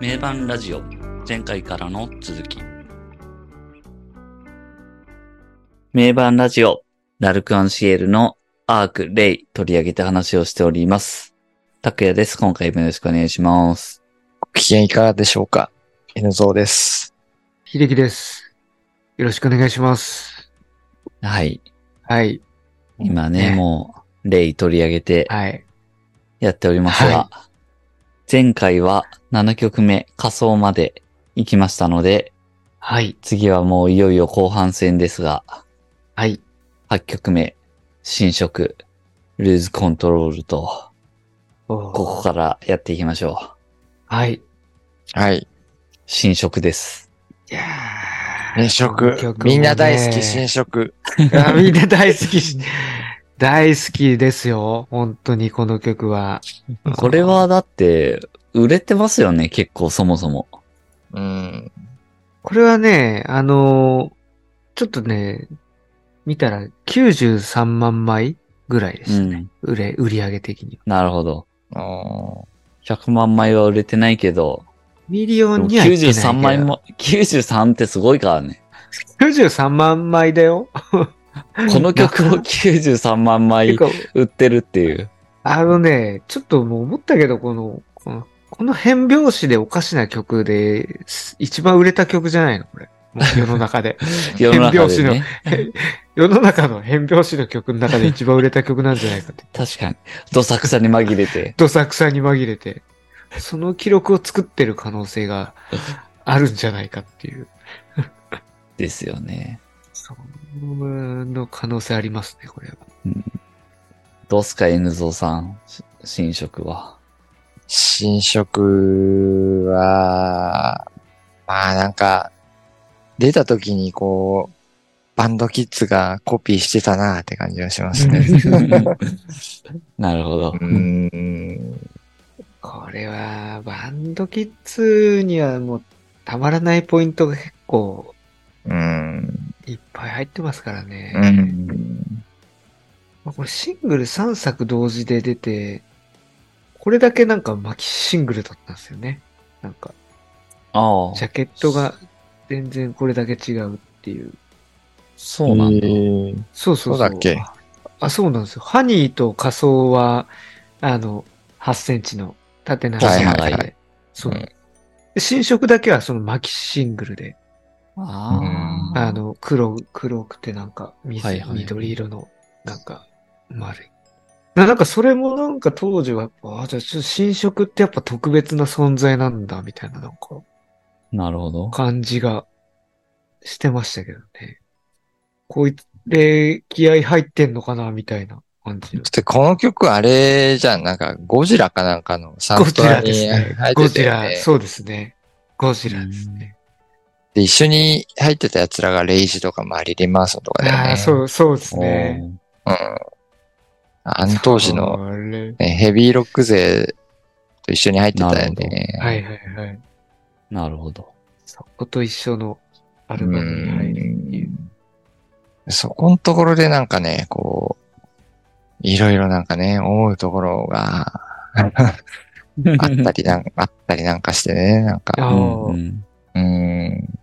名盤ラジオ前回からの続き名盤ラジオラルクアンシエルのアーク、レイ取り上げて話をしております。拓也です。今回もよろしくお願いします。ご機嫌いかがでしょうか ?N ゾーです。秀樹です。よろしくお願いします。はい。はい。今ね、ねもう、レイ取り上げてはい。やっておりますが、前回は7曲目仮想まで行きましたので、はい。次はもういよいよ後半戦ですが、はい。 8曲目、新色、ルーズコントロールと、こここからやっていきましょはい。はい。う。新色です。いや新食。みんな大好き新食。色。あ みんな大好きし、大好きですよ。本当にこの曲は。これはだって、売れてますよね、結構そもそも。うん。これはね、あのーちょっとね、見たら93万枚ぐらいでうす、ん。売れ、売り上げ的には。なるほど。あー100万枚は売れてないけど、ミリオでンもにはいってないけど93枚。も、93ってすごいからね。 93万枚だよ。この曲を93万枚結構売ってるっていう。あのね、ちょっともう思ったけど、この、この、この変拍子でおかしな曲で、す一番売れた曲じゃないのこれ。もう世の中で。世の中でね。世の中の変拍子の曲の中で一番売れた曲なんじゃないかって。確かに。どさくさに紛れて。どさくさに紛れて、その記録を作ってる可能性があるんじゃないかっていう。ですよね。その可能性ありますね、これは。どうすか、N ゾウさん。し新色は。新食は、まあなんか、出た時にこう、バンドキッズがコピーしてたなって感じがしますね。なるほど。うん。これは、バンドキッズにはもうたまらないポイントが結構うん。いっぱい入ってますからね。うん。まあこれシングル3作同時で出て、これだけなんか巻きシングルだったんですよね。なんか、ああジ、ャケットが全然これだけ違うっていう。そうなんだえ。ーそうそうそう。そうだっけあ、そうなんですよ。ハニーと仮装は、あの、8センチの縦長はいはいはいで。そううん。で新色だけはその巻きシングルで、ああ。あの、黒、黒くてなんか水、はいはい緑色の、なんか、丸い。ななんかそれもなんか当時はやっぱ、あじゃあちょっと新色ってやっぱ特別な存在なんだ、みたいななんかなるほど。感じがしてましたけどね。こいつで気合入ってんのかな、みたいな感じの。で、この曲あれじゃん、なんか、ゴジラかなんかのサンゴトジララにです入ねっ。ゴてジたよラ、ね。そうですね。ゴジラですね。で、一緒に入ってた奴らがレイジとかマリリン・マーソンとかだよね。ああ、そう、そうですね。うん。あの当時の、あれ。ね、ヘビーロック勢と一緒に入ってたよね。はいはいはい。おーなるほど。そこと一緒のアルうバムに入るっていう。ん。そこのところでなんかね、こう、いろいろなんかね、思うところがあったり なん、あったりなんかしてね、なんか。あうんうんうーん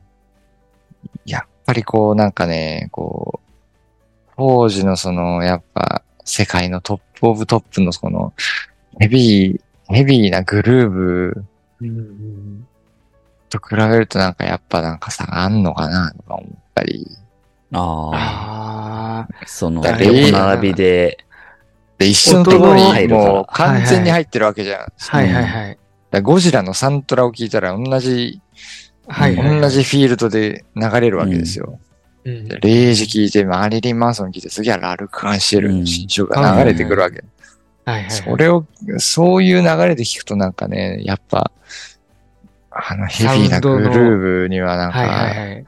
やっぱりこうなんかね、こう、当時のその、やっぱ世界のトップオブトップのその、ヘビー、ヘビーなグルーブうんうんと比べるとなんかやっぱなんかさ、あんのかなとか思ったり。あああ、あ、その、だね横並びで、で、一緒のところ音のにもう完全に入ってるわけじゃん。はいはいはい。だからゴジラのサントラを聞いたら同じ、はいはい。同じフィールドで流れるわけですよ。うん。レイジ聞いて、マリリン・マンソン聞いて、次はラルク・アンシェルの新章が流れてくるわけ。はいはいはい。それを、そういう流れで聞くとなんかね、やっぱ、あのヘビーなグルーブにはなんはいはいか、はい。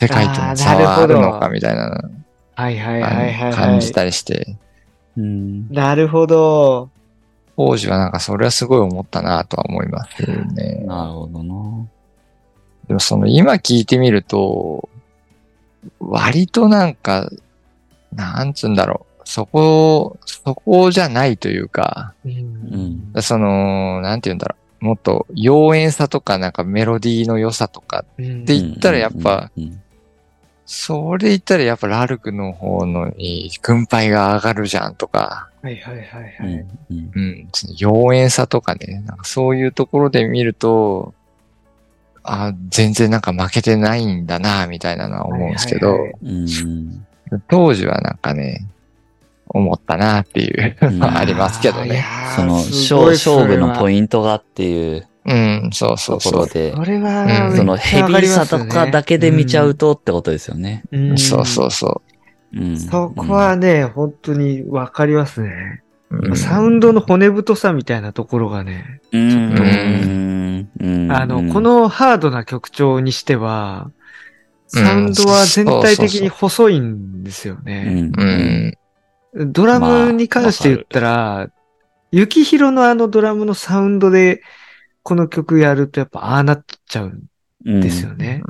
世界との差はあるのかみたいなはいはいはいはいあのは感じい。たりして、うんなるほど。当時はなんかそれはすごい思ったなとは思いますね。なるほどな。でもその今聞いてみると、割となんか、なんつうんだろう、そこ、そこじゃないというか、ううんん。その、なんて言うんだろう。もっと妖艶さとかなんかメロディーの良さとか、うんで言ったらやっぱうん、うんそれ言ったらやっぱラルクの方のに軍配が上がるじゃんとか、はいはいはいうんはい。うんうんうん、その妖艶さとかね、なんかそういうところで見ると、あ全然なんか負けてないんだな、みたいなのは思うんですけど、はいはいはいうんうん当時はなんかね、思ったなっていう、 うんありますけどね。その、勝勝負のポイントがっていううん、そうとそうこそろう。で、それうは、んそのヘビーさとかだけで見ちゃうと、とってことですよね。うんそうそうそうんそこは、ね、本当にわかりますね。う。うんサウンドの骨太さみたいなところがね、うんちょっとうんあの、こ、のハードな曲調にしては、サウンドは全体的に細いんですようね。んうん。ドラムに関して言ったら、雪広のあのドラムのサウンドで、この曲やるとやっぱああなっちゃうんうんですよね。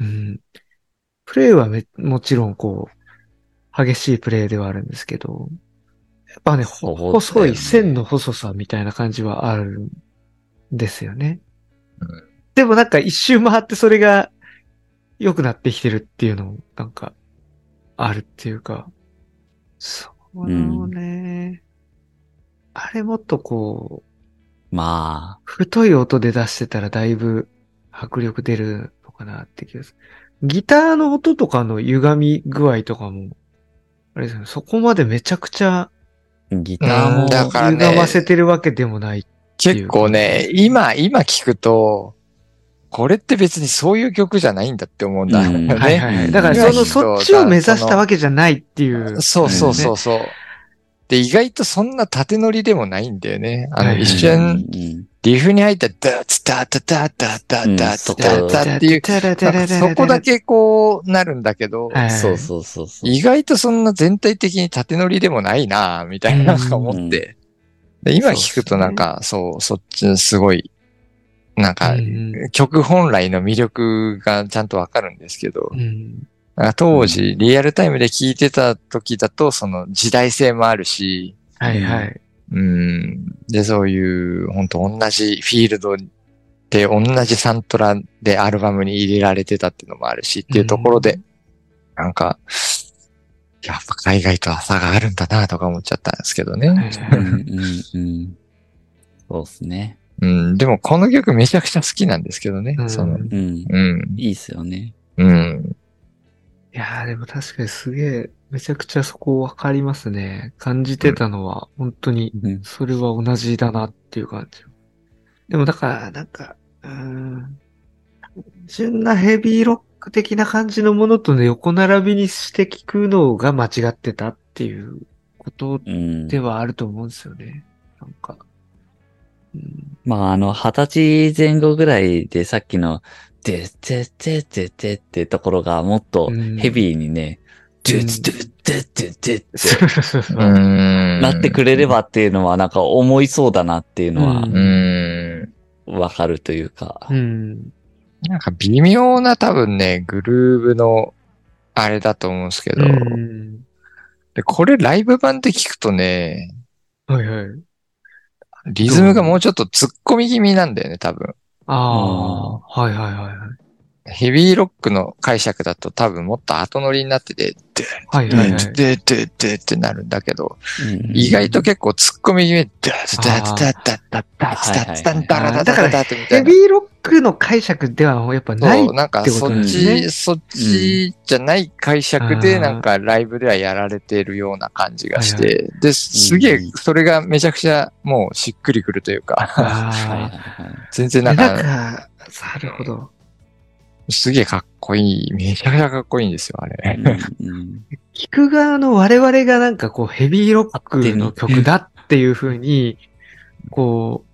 うん。プレイはめ、もちろんこう、激しいプレイではあるんですけど、やっぱね、ほそうだよね細い線の細さみたいな感じはあるんですよね。うんでもなんか一周回ってそれが良くなってきてるっていうのもなんかあるっていうか、そのね、あれもっとこう、ま太い音で出してたらだいぶ迫力出るのかなって気がする。ギターの音とかの歪み具合とかも、あれですよね、そこまでめちゃくちあ、ゃギターうもん、だからね歪ませてるわけでもない。結構ね、今、今聞くと、これって別にそういう曲じゃないんだって思うんだようんね。はいはいはい。だから今その、人そっちを目指したわけじゃないっていう。そうそうそうそう。で、意外とそんな縦乗りでもないんだよね。あはの、い一瞬、、リフに入った、ダッツダッツダッダッダッダッダッダッっていう、なんかそこだけこうなるんだけど、はい。そうそうそうそう。意外とそんな全体的に縦乗りでもないなぁみたいな、うんなんか思って。で今聞くとなんか、そう、そっちすごい、なんかう、ん曲本来の魅力がちゃんとわかるんですけどう、ん。なんか当時、リアルタイムで聞いてた時だと、その時代性もあるし、はいはい。うん、で、そういう、本当同じフィールドで同じサントラでアルバムに入れられてたっていうのもあるしっていうところで、なんか、やっぱ海外とは差があるんだなとか思っちゃったんですけどはいね。うはんいうんうん。そうですね。うん、でもこの曲めちゃくちゃ好きなんですけどね。うんその、うん。うん、いいっすよね。うん、いやーでも確かにすげえ、めちゃくちゃそこわかりますね。感じてたのは、本当に、うんそれは同じだなっていう感じ。でもだから、なんか、うーん、純なヘビーロック的な感じのものとね、横並びにして聞くのが間違ってたっていうことうんではあると思うんですよね。なんか。うん、まあ、あの、二十歳前後ぐらいでさっきの、てててててってところがもっとヘビーにね、てててててってそうそうそうう。ん。なってくれればっていうのはなんか思いそうだなっていうのはうん。わかるというか う。ん。なんか微妙な多分ね、グルーブの、あれだと思うんですけど、うん。でこれライブ版で聞くとね、はいはい。リズムがもうちょっと突っ込み気味なんだよね、多分。ああー、はいはいはいはい。ヘビーロックの解釈だと多分もっと後乗りになってて、で、はいはいはい。で、で、で、ってなるんだけど、うん意外と結構突っ込み気味で、ダあーダダダダダダダダダダダダダってみたヘいな。ビーロックの解釈ではやっぱないそう、。なんかそっち、そっちじゃない解釈で、なんかライブではやられてるような感じがして、で、すげえ、それがめちゃくちゃもうしっくりくるというか、 はいはいあはい全然ーななんんか、か、なるほど。すげえかっこいい。めちゃくちゃかっこいいんですよ、あれ。うん聞く側の我々がなんかこうヘビーロックの曲だっていう風に、こ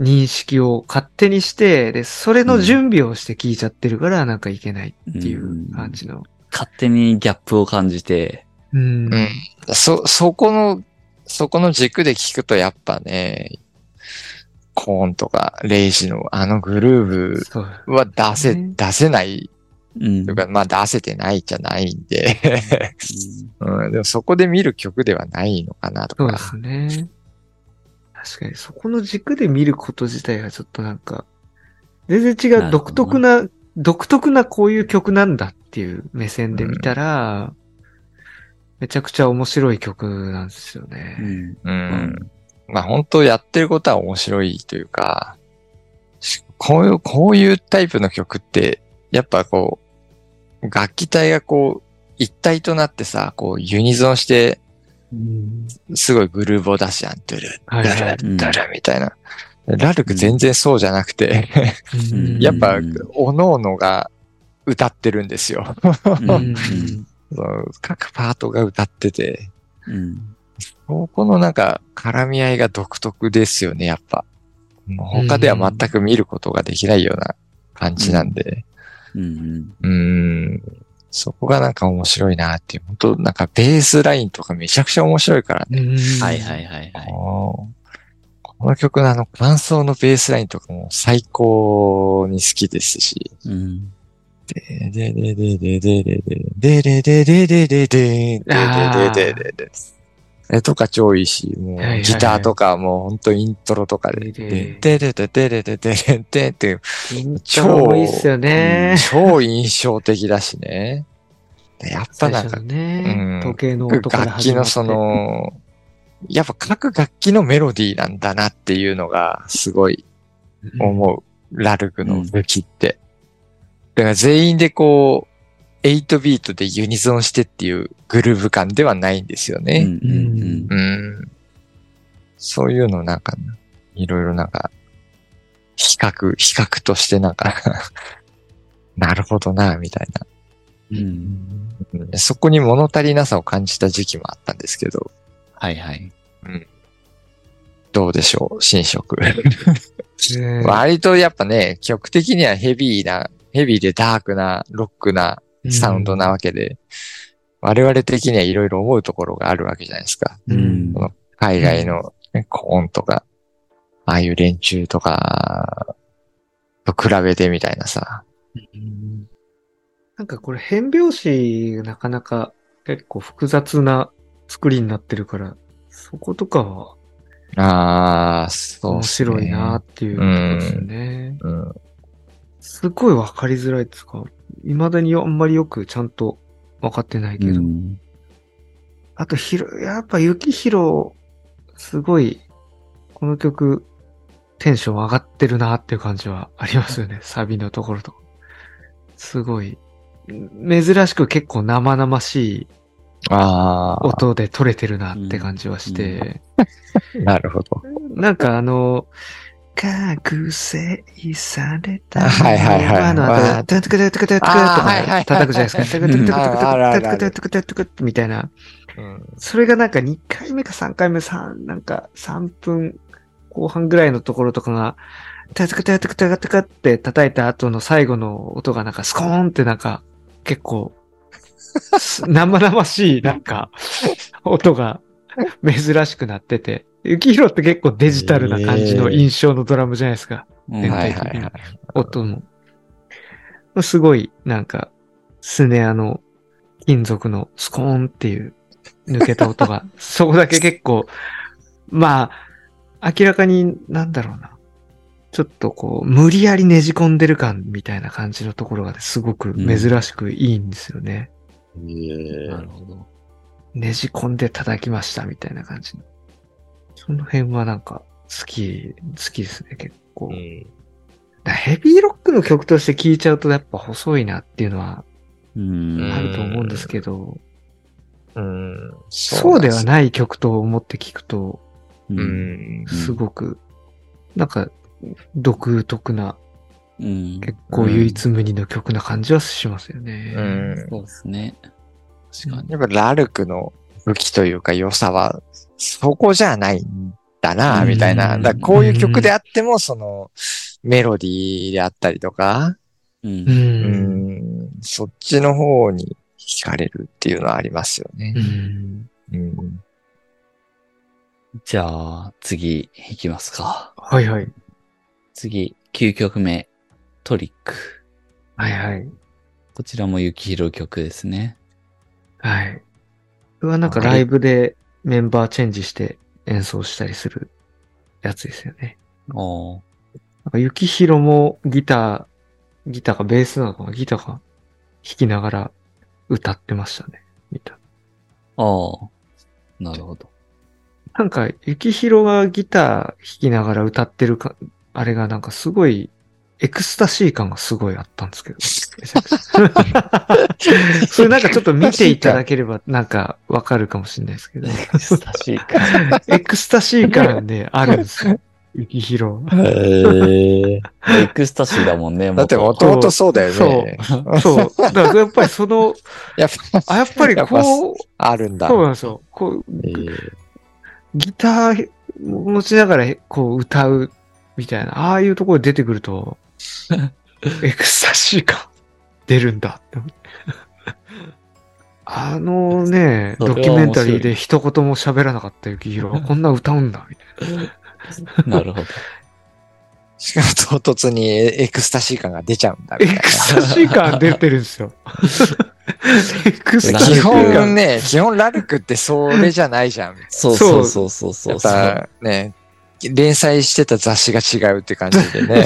う、認識を勝手にして、で、それの準備をして聞いちゃってるからなんかいけないっていう感じの。勝手にギャップを感じて、うん。うんそ、そこの、そこの軸で聞くとやっぱね、コーンとかレイジのあのグルーそう。ブは出せ、ね出せないうんというか、まあ出せてないじゃないんで、うん、でもそこで見る曲ではないのかなとそうでか。すね。確かに、そこの軸で見ること自体がちょっとなんか、全然違なうるほ独ど特な、独特なこういう曲なんだっていう目線で見たら、めちゃくちゃ面白い曲なんですよね。うん。うん。まあ本当やってることは面白いというか、しこういう、こういうタイプの曲って、やっぱこう、楽器体がこう、一体となってさ、こう、ユニゾンして、すごいグルーブを出しやん、ドゥル、ドはゥいはいル、ドゥルみたいな。ラルク全然そうじゃなくて、うんやっぱうん、おのおのが歌ってるんですよ。うんううんんその各パートが歌ってて、うん。ここのなんか絡み合いが独特ですよね、やっぱ。もう他では全く見ることができないような感じなんで。うん。うーん、そこがなんか面白いなっていう。本当なんかベースラインとかめちゃくちゃ面白いからね。はいはいはいはい。こうこの曲のあの伴奏のベースラインとかも最高に好きですし。うん。ででででででででででででででででででえとか超いいし、もうギターとかもうほんとイントロとかで、でででででででででって、超いいっすよね。超印象的だしね。やっぱ最なん初かの、ね、うん時計の音から楽始器まのってそ、の、やっぱ各楽器のメロディーなんだなっていうのがすごい思う。ラルクの武器って。だから全員でこう、8ビートでユニゾンしてっていうグルーヴ感ではないんですようんね。うんうん。そういうのなんか、いろいろなんか、比較、比較としてなんか、 なるほどな、みたいなうん。うん。。うんそこに物足りなさを感じた時期もあったんですけど、はいはい。どうでしょう、新色。うん 割とやっぱね、曲的にはヘビーな、ヘビーでダークな、ロックなサウンドなわけで、我々的にはいろいろ思うところがあるわけじゃないですか。うんうん海外の、ね、コーンとか、ああいう連中とか、と比べてみたいなさ。なんかこれ変拍子がなかなか結構複雑な作りになってるから、そことかはああ、そうっ面すね白いなっていうところですよね。うん。すごいわかりづらいですか未だにあんまりよくちゃんとわかってないけうど。ん。あとひろ、やっぱ雪広、すごい、この曲、テンション上がってるなっていう感じはありますよ ね。サビのところとか。すごい、ん珍しく結構生々しいああ、音で撮れてるなって感じはして、なるほど。なんかあの、覚醒された。はいはいはいあの、ああと、トゥトゥクトゥトゥクトゥトゥクあーはいはいとはいか叩くじゃないですか。トゥクトゥクトゥクトゥクトゥクトゥクトゥクトゥクトゥクトゥクトゥクみたいな。うんそれがなんか2回目か3回目、3、なんか3分後半ぐらいのところとかが、タタカタタカタカタカって叩いた後の最後の音がなんかスコーンってなんか結構す 生々しいなんか音が珍しくなってて、雪広って結構デジタルな感じの印象のドラムじゃないですか、うんはいはいはい。音も。すごいなんかスネアの金属のスコーンっていう抜けた音が、そこだけ結構、まあ、明らかになんだろうな。ちょっとこう、無理やりねじ込んでる感みたいな感じのところがね、すごく珍しくいいんですよね。なるほど。ねじ込んで叩きましたみたいな感じの。その辺はなんか好き、好きですね、結構。うんだからヘビーロックの曲として聴いちゃうとやっぱ細いなっていうのはうん。あると思うんですけど、うん。。そうではいない曲と思って聴くと、う。うんん。すごく、なんか、独特な、うん。結構唯一無二の曲な感じはしますよね。うん。そうですね。確かに。やっぱラルクの武器というか良さは、そこじゃないんだな、うんみたいな。だからこういう曲であっても、その、メロディーであったりとか、う。うん。うんん、そっちの方に惹かれるっていうのはありますよねう。ん。うんじゃあ、次、いきますか。はいはい。次、9曲目、トリック。はいはい。こちらも雪広曲ですね。はい。これはなんかライブでメンバーチェンジして演奏したりするやつですよね。おーなんか、雪広もギター、ギターかベースなのかなギターか弾きながら歌ってましたね。見た。ああ。なるほど。なんか、雪広がギター弾きながら歌ってるか、あれがなんかすごい、エクスタシー感がすごいあったんですけ ど。めちゃくちゃそれなんかちょっと見ていただければなんかわかるかもしれないですけど。エクスタシーか。エクスタシー感であるんですよ。雪広。 へえ。エクスタシーだもんね。 だっても元ともとそうだよね。そう。だからやっぱりその、やっぱ、あ、やっぱりこう、あるんだ。そうなんですよ。こう、えーギター持ちながらこう歌うみたいな、ああいうところ出てくると、エクスタシー感出るんだって思って。あのね、それは面ド白いキュメンタリーで一言も喋らなかった雪広がこんな歌うんだ、みたいなるほど。しかも唐突にエクスタシー感が出ちゃうんだみな。たいエなク。スタシー感出てるんで すよ。エクスタシ基ー 感。本ね、基本ラルクってそれじゃないじゃん。そうそうそうそうそやうっそう。ぱね、連載してた雑誌が違うって感じで ね。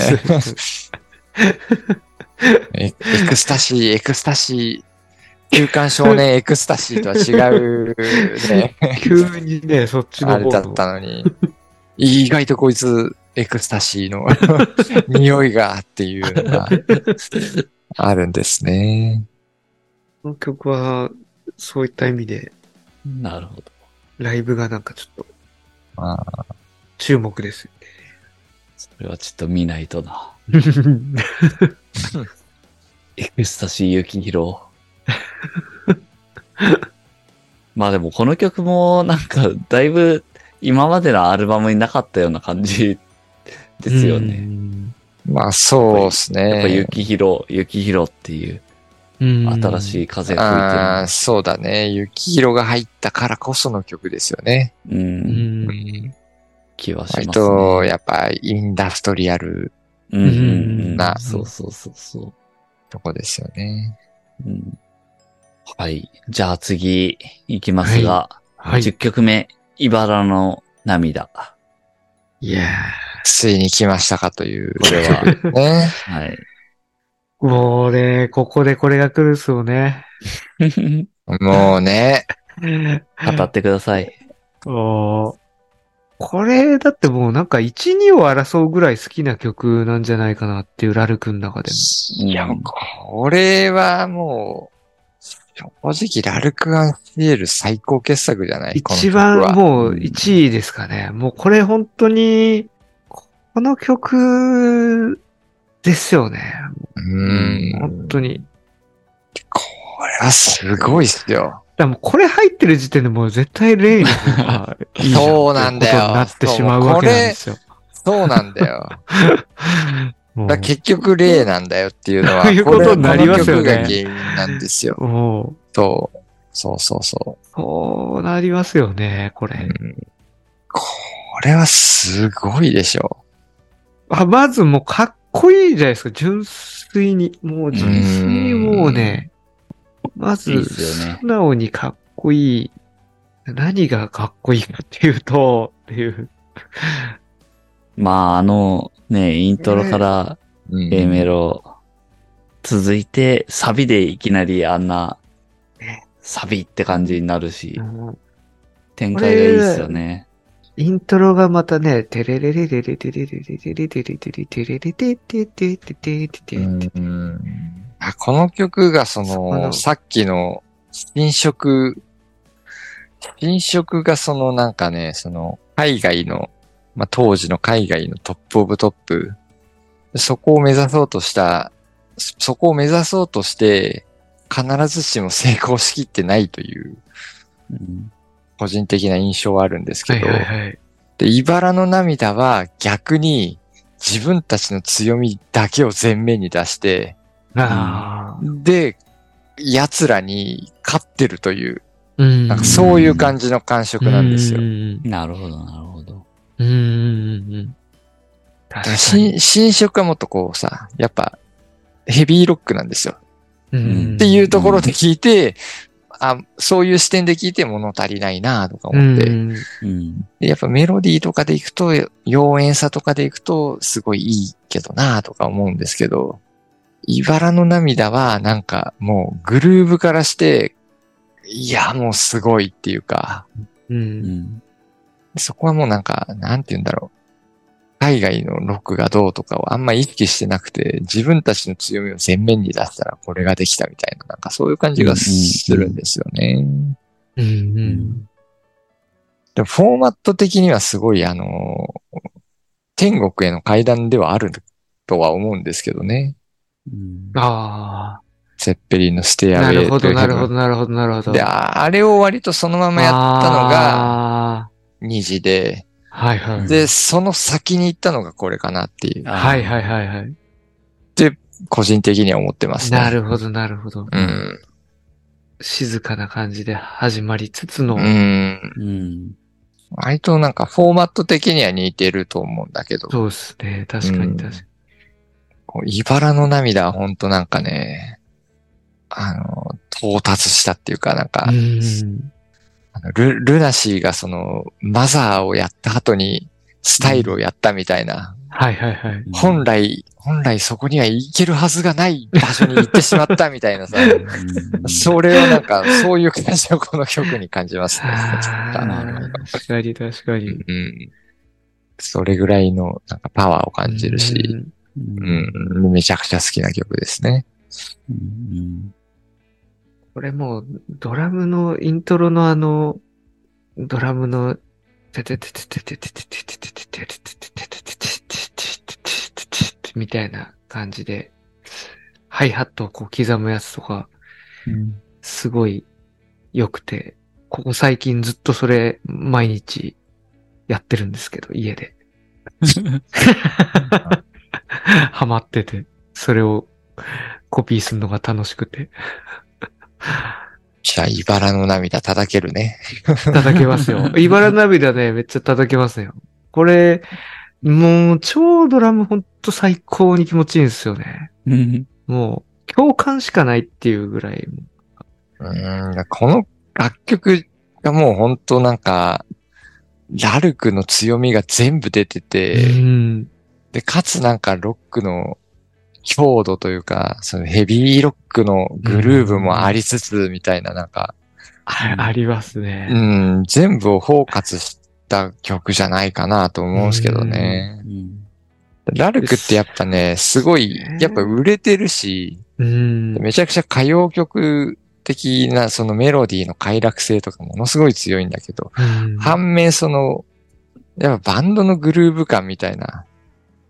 エエクスタシー、エクスタシー、休館少 年エクスタシーとは違うね、 急にね、そっちあれの方だのったのに。意外とこいつ、エクスタシーの 匂いがっていうのがあるんですね。この曲は、そういった意味で、なるほど。ライブがなんかちょっとまあ、注目ですよそれはちょっと見ないとな。ね。 エクスタシー雪広。 まあでもこの曲もなんかだいぶ今までのアルバムになかったような感じですよね。ね。まあ、そうですね。やっぱ雪広、雪広っていう新しい。い風あがあ、そうだね。雪色が入ったからこその曲ですよね。吹いてる、うんう。うんん。気はします割ね。と、やっぱ、インダストリアルうんうんうんなそうそうそうそとこですよね。う、うんはい。じゃあ次行きますが、はい。 10曲目、茨の涙。いやついに来ましたかという。これは、 ね。 はい。ーもうね、ここでこれが来るっすよね。 もうね。語ってください。おーこれ、だってもうなんか1、2を争うぐらい好きな曲なんじゃないかなっていうラルクの中でも。んいや、これはもう、正直、ラルク・アンシエル最高傑作じゃない一番う。もううん1位ですかね。もうこれ本当に、この曲ですよね。うん。本当に。これはすごいっすよ。だからもうこれ入ってる時点でもう絶対レイの方がいいじゃんそうなんだよってことになってしまうわけなんですよ。そうなんだ よ。もだから結局例なんだよっていうのは、そういうことになりますよこれこのね曲が原因なんですよ。う、も、そう。そうそうそうそうなりますよね、こう。うれ。んこれはすごいでしょ。あまずもうかっこいいじゃないですか、純粋に。もう純粋にもうね、まいいず、っすよね素直にかっこいい。何がかっこいいかっていうと、っていう。まあ、あの、ね、イントロからうん A メロ、続いて、サビでいきなりあんなね、サビって感じになるし、うん展開がいいっすよね。イントロがまたね、テレレレレレレレレレレレレレレテレレテテテテテテテうテんあこの曲がそそこなの、のさっきの新色、新色がそのなんかね、その海外の、まあ、当時の海外のトップオブトップ、そこを目指そうとした、そそこを目指そうとして、必ずしも成功しきってないという、うん個人的な印象はあるんですはけいど、はいはい。で、茨の涙は逆に自分たちの強みだけを前面に出して、ああ。で、奴らに勝ってるという、うんなんかそういう感じの感触なんですよう。んなるほど、なるほど。うんうんうん。確かに。新新色はもっとこうさ、やっぱヘビーロックなんですよ。うんっていうところで聞いて、あ、そういう視点で聞いて物足りないなとかう思って、ん。うん。でやっぱメロディーとかでいくと、妖艶さとかでいくと、すごいいいけどなとか思うんですけど、茨の涙はなんかもうグルーブからして、いや、もうすごいっていうか、う。うんん。そこはもうなんか、なんて言うんだろう。海外のロックがどうとかをあんま意識してなくて、自分たちの強みを前面に出したらこれができたみたいな、なんかそういう感じがするんですよね。うん。うん。でもフォーマット的にはすごい、あの、天国への階段ではあるとは思うんですけどね。うんあゼッペリンのステあ。アなウェイるほとど、なるほど。ど、なるほど、なるほど。で、ああれを割とそのままやったのがが、 2時で、はいはい。で、その先に行ったのがこれかなっていう、はいはいはいはい。個人的には思ってますね。なるほど、なるほど。うん。静かな感じで始まりつつの、うん。うん。割となんかフォーマット的には似てると思うんだけど、そうですね。確かうんに確かに。こう茨の涙はほんとなんかね、あの、到達したっていうかなんか、うん。あのルルナシーがその、マザーをやった後に、スタイルをやったみたいな、はいはいはい。本来、本来そこには行けるはずがない場所に行ってしまったみたいなさ、うんそれをなんか、そういう感じをこの曲に感じますね。あちょっとなるほあ、確かに確かに。うんそれぐらいのなんかパワーを感じるうし、んうんうん、めちゃくちゃ好きな曲ですね。うんこれもう、ドラムの、イントロのあの、ドラムの、ててててててててててててててててててててててみたいな感じで、ハイハットをこう刻むやつとか、うんすごい良くて、ここ最近ずっとそれ、毎日やってるんですけど、家で。ハマってて、それをコピーするのが楽しくて。じゃあ、茨の涙叩けるね。叩けま すよ。茨涙ね、めっちゃ叩けますよ。これ、もう、超ドラムほんと最高に気持ちいいんですよね。うんもう、共感しかないっていうぐらい。うん、この楽曲がもう本当なんか、ラルクの強みが全部出てて、うん。で、かつなんかロックの強度というか、そのヘビーロックのグルーブもありつつみたいななんか、あありますね。うん、全部を包括した曲じゃないかなと思うんですけどね。うんラルクってやっぱね、すごい、やっぱ売れてるし、うん。めちゃくちゃ歌謡曲的なそのメロディーの快楽性とかものすごい強いんだけど、うん反面その、やっぱバンドのグルーヴ感みたいな、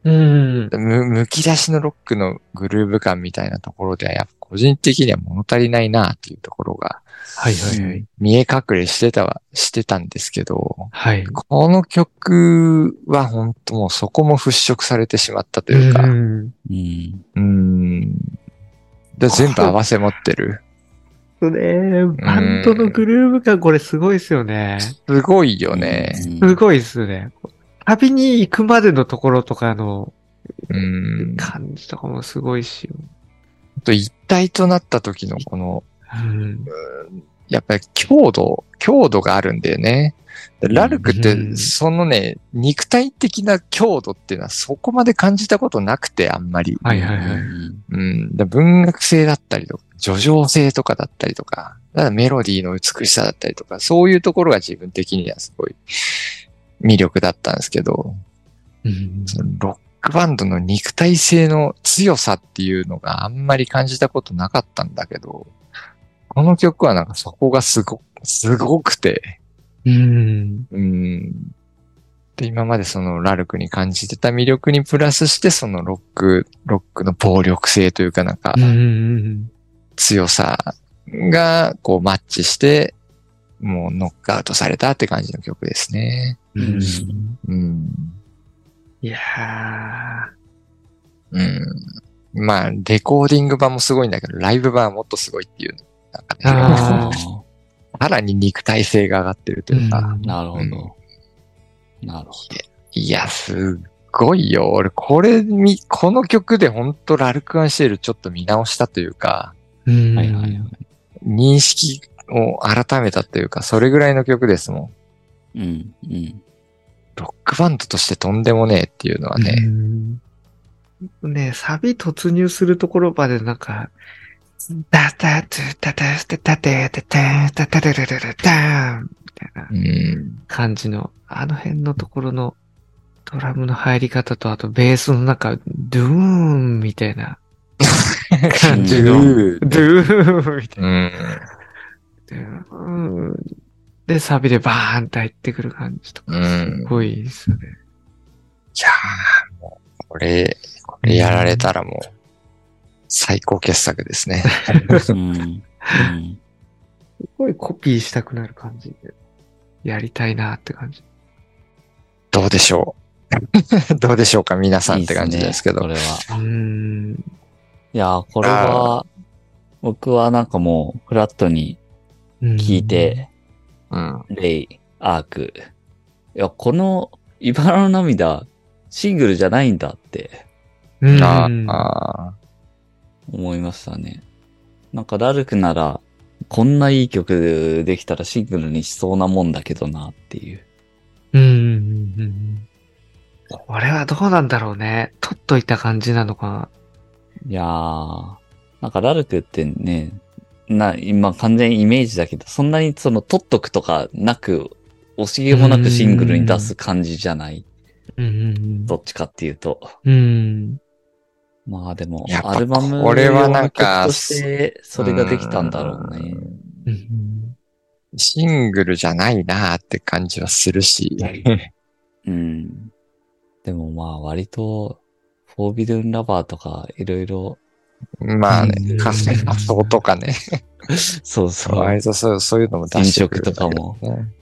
うん。む、むき出しのロックのグルーヴ感みたいなところでは、やっぱ個人的には物足りないなっていうところが、はいはいはい。見え隠れしてたは、してたんですけど、はい。この曲は本当もうそこも払拭されてしまったというか、うんうんうん。で全部合わせ持ってる。そうね、バンドのグルーヴ感、これすごいですよね。すごいよね。すごいですね。旅に行くまでのところとかのうん。あ感じとかもすごいし。と一体となった時のこの、うん。やっぱり強度、強度があるんだよね。でラルクっうて、んそのね、肉体的な強度っていうのはそこまで感じたことなくて、あんまり。はいはいはい。うんうん。だ文学性だったりとか、叙情性とかだったりとか、だからメロディーの美しさだったりとか、そういうところが自分的にはすごい魅力だったんですけど、うんそのロックバンドの肉体性の強さっていうのがあんまり感じたことなかったんだけど、この曲はなんかそこがすご、すごくて、うん。うん。で、今までそのラルクに感じてた魅力にプラスして、そのロック、ロックの暴力性というかなんか、うん。強さがこうマッチして、もうノックアウトされたって感じの曲ですね。うんうん。いやうん。まあ、レコーディング版もすごいんだけど、ライブ版はもっとすごいっていう。なんかねあさらに肉体性が上がってるというか、ー。なるほど。なるほいや、すっごいよ。俺、これみ、この曲でほんとラルクアンシェルちょっと見直したというか、うん。ど。はいはいはい。認識を改めたというか、それぐらいの曲ですもん。うん、うん。ロックバンドとしてとんでもねえっていうのはね、うんね、サビ突入するところまでなんか、ダダトゥダダステダテダテダダダダダダンみたいなうん、 感じの、あの辺のところのドラムの入り方と、あとベースの中、ドゥーンみたいな。感じの。うんドゥーンみたいうん、な。ドゥーンで、サビでバーンって入ってくる感じとか、うんすごいですよね。いやーもう、これ、これやられたらもう、最高傑作で すね。うん。うん。すごいコピーしたくなる感じで、やりたいなって感じ。どうでしょう どうでしょうか皆さんって感じですけど。いいっすねこれは。うーん。いやー、これは、僕はなんかもう、フラットに聞いて、うん。レイ、アーク。いや、この、茨の涙、シングルじゃないんだってうん、うん。あーあ思いましたね。なんか、ラルクなら、こんないい曲できたらシングルにしそうなもんだけどなっていう。うんうんうんうん。これはどうなんだろうね。取っといた感じなのかいやー、なんかラルクってね、な、今完全にイメージだけど、そんなにその取っとくとかなく、惜しげもなくシングルに出す感じじゃない。な。うんどっちかっていうと。うんうん。うん。まあでもやっ、ぱアルバムこれはなんか用の曲として、それができたんだろうね。うんうんー。シングルじゃないなーって感じはするし。うん。でもまあ割と、フォービドゥンラバーとか、いろいろ、 まあうね、んカフェ、仮想とかね。そう そ割う。とそうそういうのも出してくるんだけどね飲食と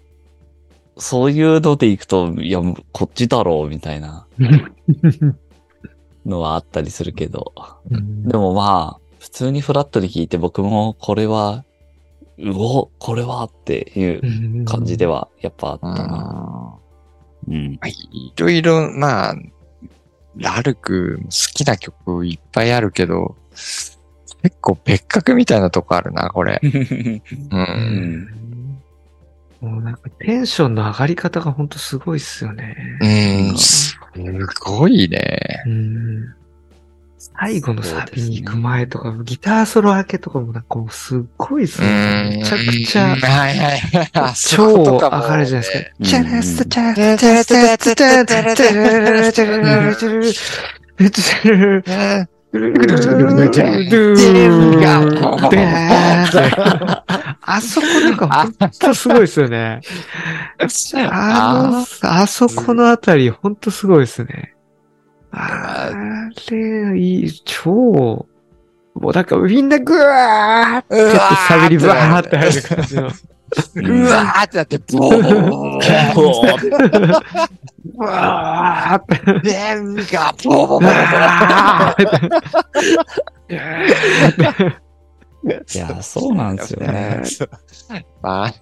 そういうので行くと、いや、こっちだろう、みたいなのはあったりするけど。うんでもまあ、普通にフラットに聞いて僕もこれは、うお、これはっていう感じで。はやっぱあったうんな。まうん。あいろいろ、まあ、ラルク好きな曲いっぱいあるけど、結構別格みたいなとこあるな、これ。う。うんんもうなんかテンションの上がり方がほんとすごいっすよね。うん、すごいね。うん最後のサビに行く前とか、ギターソロ明けとかもなんかもうすっごいっすね。めちゃくちゃうん。はいはい。あ超上がるじゃないでうんすか。チャラスタチャラスタチャラスタチャラスタチャラスタチャラスタチャラスタチャラすか。スタあそこなんか本当すごいですよね。ああの、あそこのあたり本当すごいですね。あれ、いい、超、もうなんかみんなグワーってやってサビにバーって入る感じの。の、うわーってなって、ボーンおーうわーって。レンガ、ボーンあいや、そうなんですよね。まあ、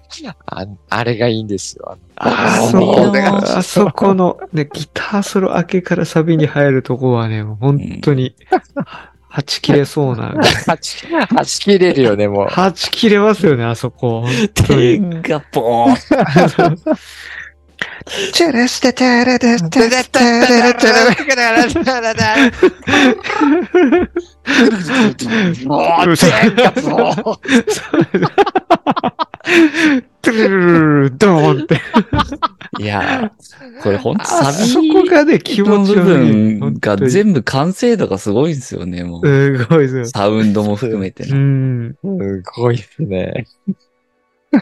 ああれがいいんですよ。あそこの、あそこの、ね、ギターソロ明けからサビに入るとこはね、もう本当に、はち切れそうな。はち、はち切れるよね、もう。はち切れますよね、あそこ。本当手に。がポーンチェレステテレテテレテレテレ。トゥルルルルドーンって。いや、これほんとあサそビこがね、気の持ち部悪い。分が本当に全部完成度がすごいんですよね、もう。すごいですよ。サウンドも含めてうね。ん。すごいっすね。あ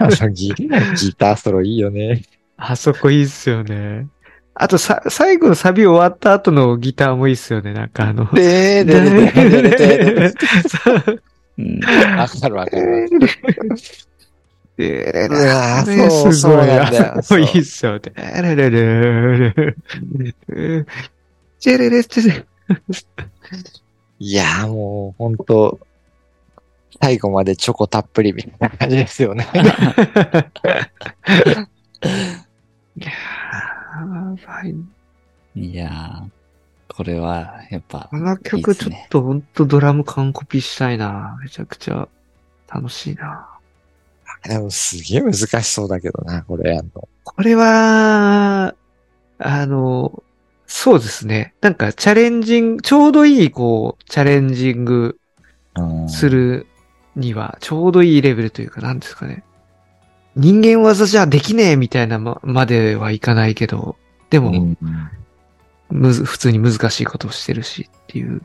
のギギターソロいいよね。あそこいいっすよね。あとさ、最後のサビ終わった後のギターもいいっすよね。なんかあの。でーでーでーでーでーでーうんわかるわかる。でうわねー、そう、すそうごいなんだよ。あそこいいっすよね。あれれれれれ。チェレレチェレ。いやーもう、ほんと、最後までチョコたっぷりみたいな感じですよね。いやーやばいいやー、これはやっぱこ、の曲ちょっとほんとドラム完コピしたいな。めちゃくちゃ楽しいな。でもすげえ難しそうだけどな、これやんの。これは、あの、そうですね。なんかチャレンジング、ちょうどいい、こう、チャレンジングうんするには、ちょうどいいレベルというか、なんですかね。人間技じゃできねえみたいなままではいかないけど、でうも、んむず、普通に難しいことをしてるしっていう。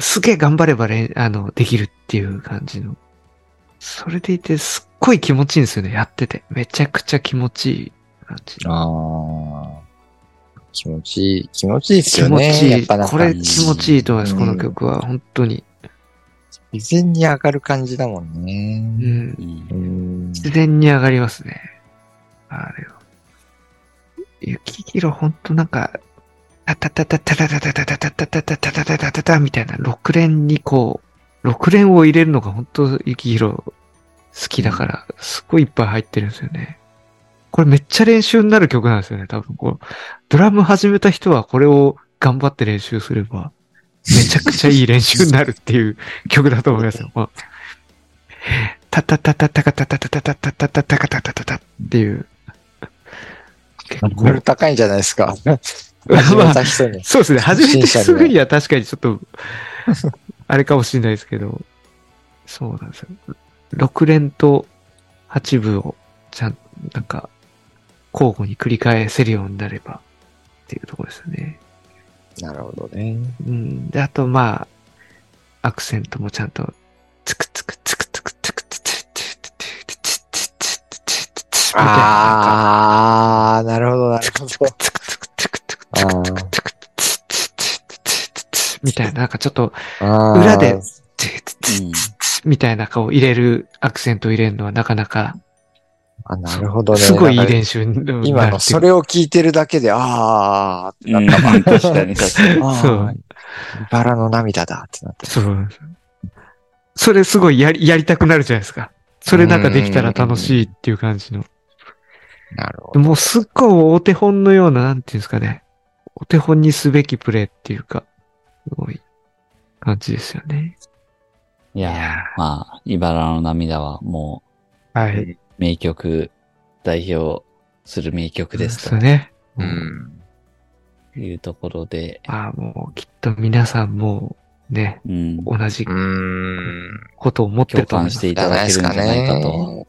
すげえ頑張ればれあの、できるっていう感じの。それでいて、すっごい気持ちいいんですよね、やってて。めちゃくちゃ気持ちいい感じ。ああ。気持ちいい、気持ちいいっす気よ持ね。ちやいっい。ぱなんかこれ気持ちいいと思います、うんこの曲は。本当に。自然に上がる感じだもんうね。ん。うんうん。自然に上がりますね。あれは。雪広ほんとなんか、タタタタタタタタタタタタタタタタタタタみたいな6連にこう、6連を入れるのが本当雪広好きだから、すっごいいっぱい入ってるんですよね。これめっちゃ練習になる曲なんですよね、多分こう。ドラム始めた人はこれを頑張って練習すれば、めちゃくちゃいい練習になるっていう曲だと思いますよ。まあタタタタタカタタタタタタタタタタタタタっていう。結これ構高いんじゃないですか。始めた人に。そうですね。初めて初心者にはすぐには確かにちょっと、あれかもしれないですけど、そうなんですよ。6連と8部を、ちゃん、なんか、交互に繰り返せるようになれば、っていうところですよね。なるほどね。うん。で、あと、まあ、アクセントもちゃんと、つくつくつくつくつくつくつくつくつくつくつくつくつくみたいななんかああ、なるほど、なるほど。つくつくつくつくあーつくつくつくつくつくつくつくみたいな、なんかちょっと、あー裏で。つくつくつくつくみたいな顔入れる、アクセントを入れるのはなかなか、あ、なるほどね。すごいいないんか練習になるっていう今のそれを聞いてるだけで、ああ、うん確かに確かに。あ そうーバラの涙だってなって。そう。それすごいやり、やりたくなるじゃないですか。それなんかできたら楽しいっていう感じの。なるほど。もうすっごいお手本のような、なんていうんですかね。お手本にすべきプレーっていうか、すごい感じですよね。いやーいやまあ、茨の涙はもはう。、名曲、代表する名曲ですそうね。うん。というところで、まあもうきっと皆さんもね、うん、同じうん。ことを思ってる共感と思います。していじゃたないだでけするんじかゃないかと。ね。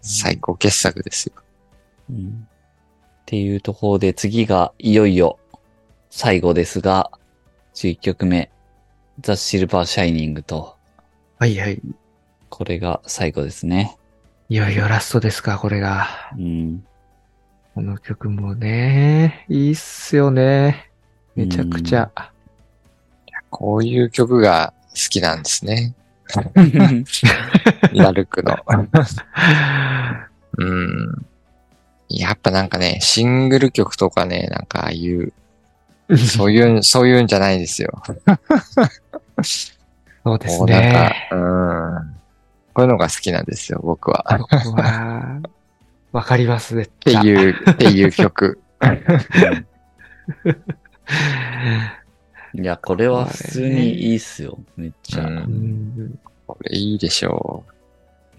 最高傑作ですよ。うんっていうところで次がいよいよ最後ですが、11曲目、ザ・シルバー・シャイニングと、はいはい。これが最後ですね。いよいよラストですか、これが。うん、この曲もね、いいっすよね。めちゃくちゃ。こういう曲が好きなんですね。うん。ラル クの。はうん。やっぱなんかね、シングル曲とかね、なんかああ いう、いそそういうん、そういうんじゃないですよ。うですこうなんかね。、うん。こういうのが好きなんですよ、僕は。ここは、わかりますね。っって いう、っていう曲。 いや、これは普通にいいっすよ。めっちうゃ。んこれいいでしょ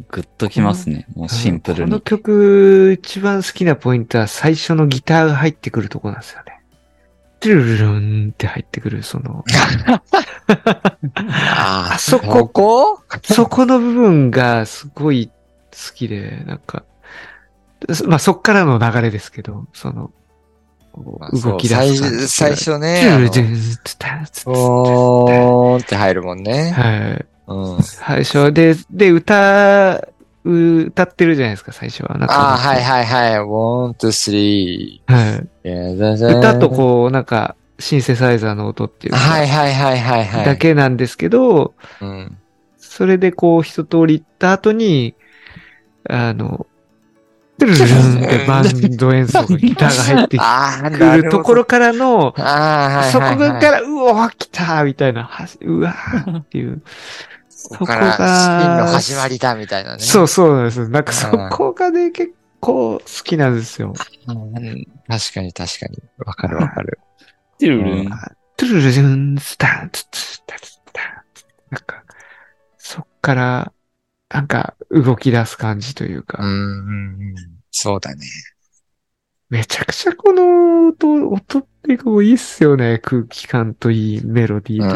グッときますね。もうシンプルこのに。曲、一番好きなポイントは最初のギターが入ってくるとこなんですよね。トゥルルルンって入ってくる、その、う。あーあそここそこの部分がすごい好きで、なんか、そまあそっからの流れですけど、その、まあ動き出そうす感最じ。最初トねゥ、あルルのルルンツタツツおーんって入るもんね。はい。うん。最初で、で、歌、歌ってるじゃないですか、最初は。なんかああ、はいはいはい。one, two, three. はい。歌歌とこう、なんか、シンセサイザーの音っていうかはいはいはいはいはい。だ。けなんですけど、うん。それでこう一通り行った後に、あの、ドゥルルルンってバンド演奏がギターが入ってああ、なくるるほとどころ。からの、ああ、はいそこはい、はい。から、うおー、来たーみたいな、はしうわーっていう。そここから、スピンの始まりだみたいなね。。そううそうなんですよ。なんかそこがね、結構好きなんですよ。ん、確かに確かに。わかるわ かる。トゥルルントゥルルルン、スタン、ツツ、タツタン、なんか、そっから、なんか動き出す感じといううか、んうんうん。そうだね。めちゃくちゃこの音、音ってこういいっすよね。空気感といい、メロディうーと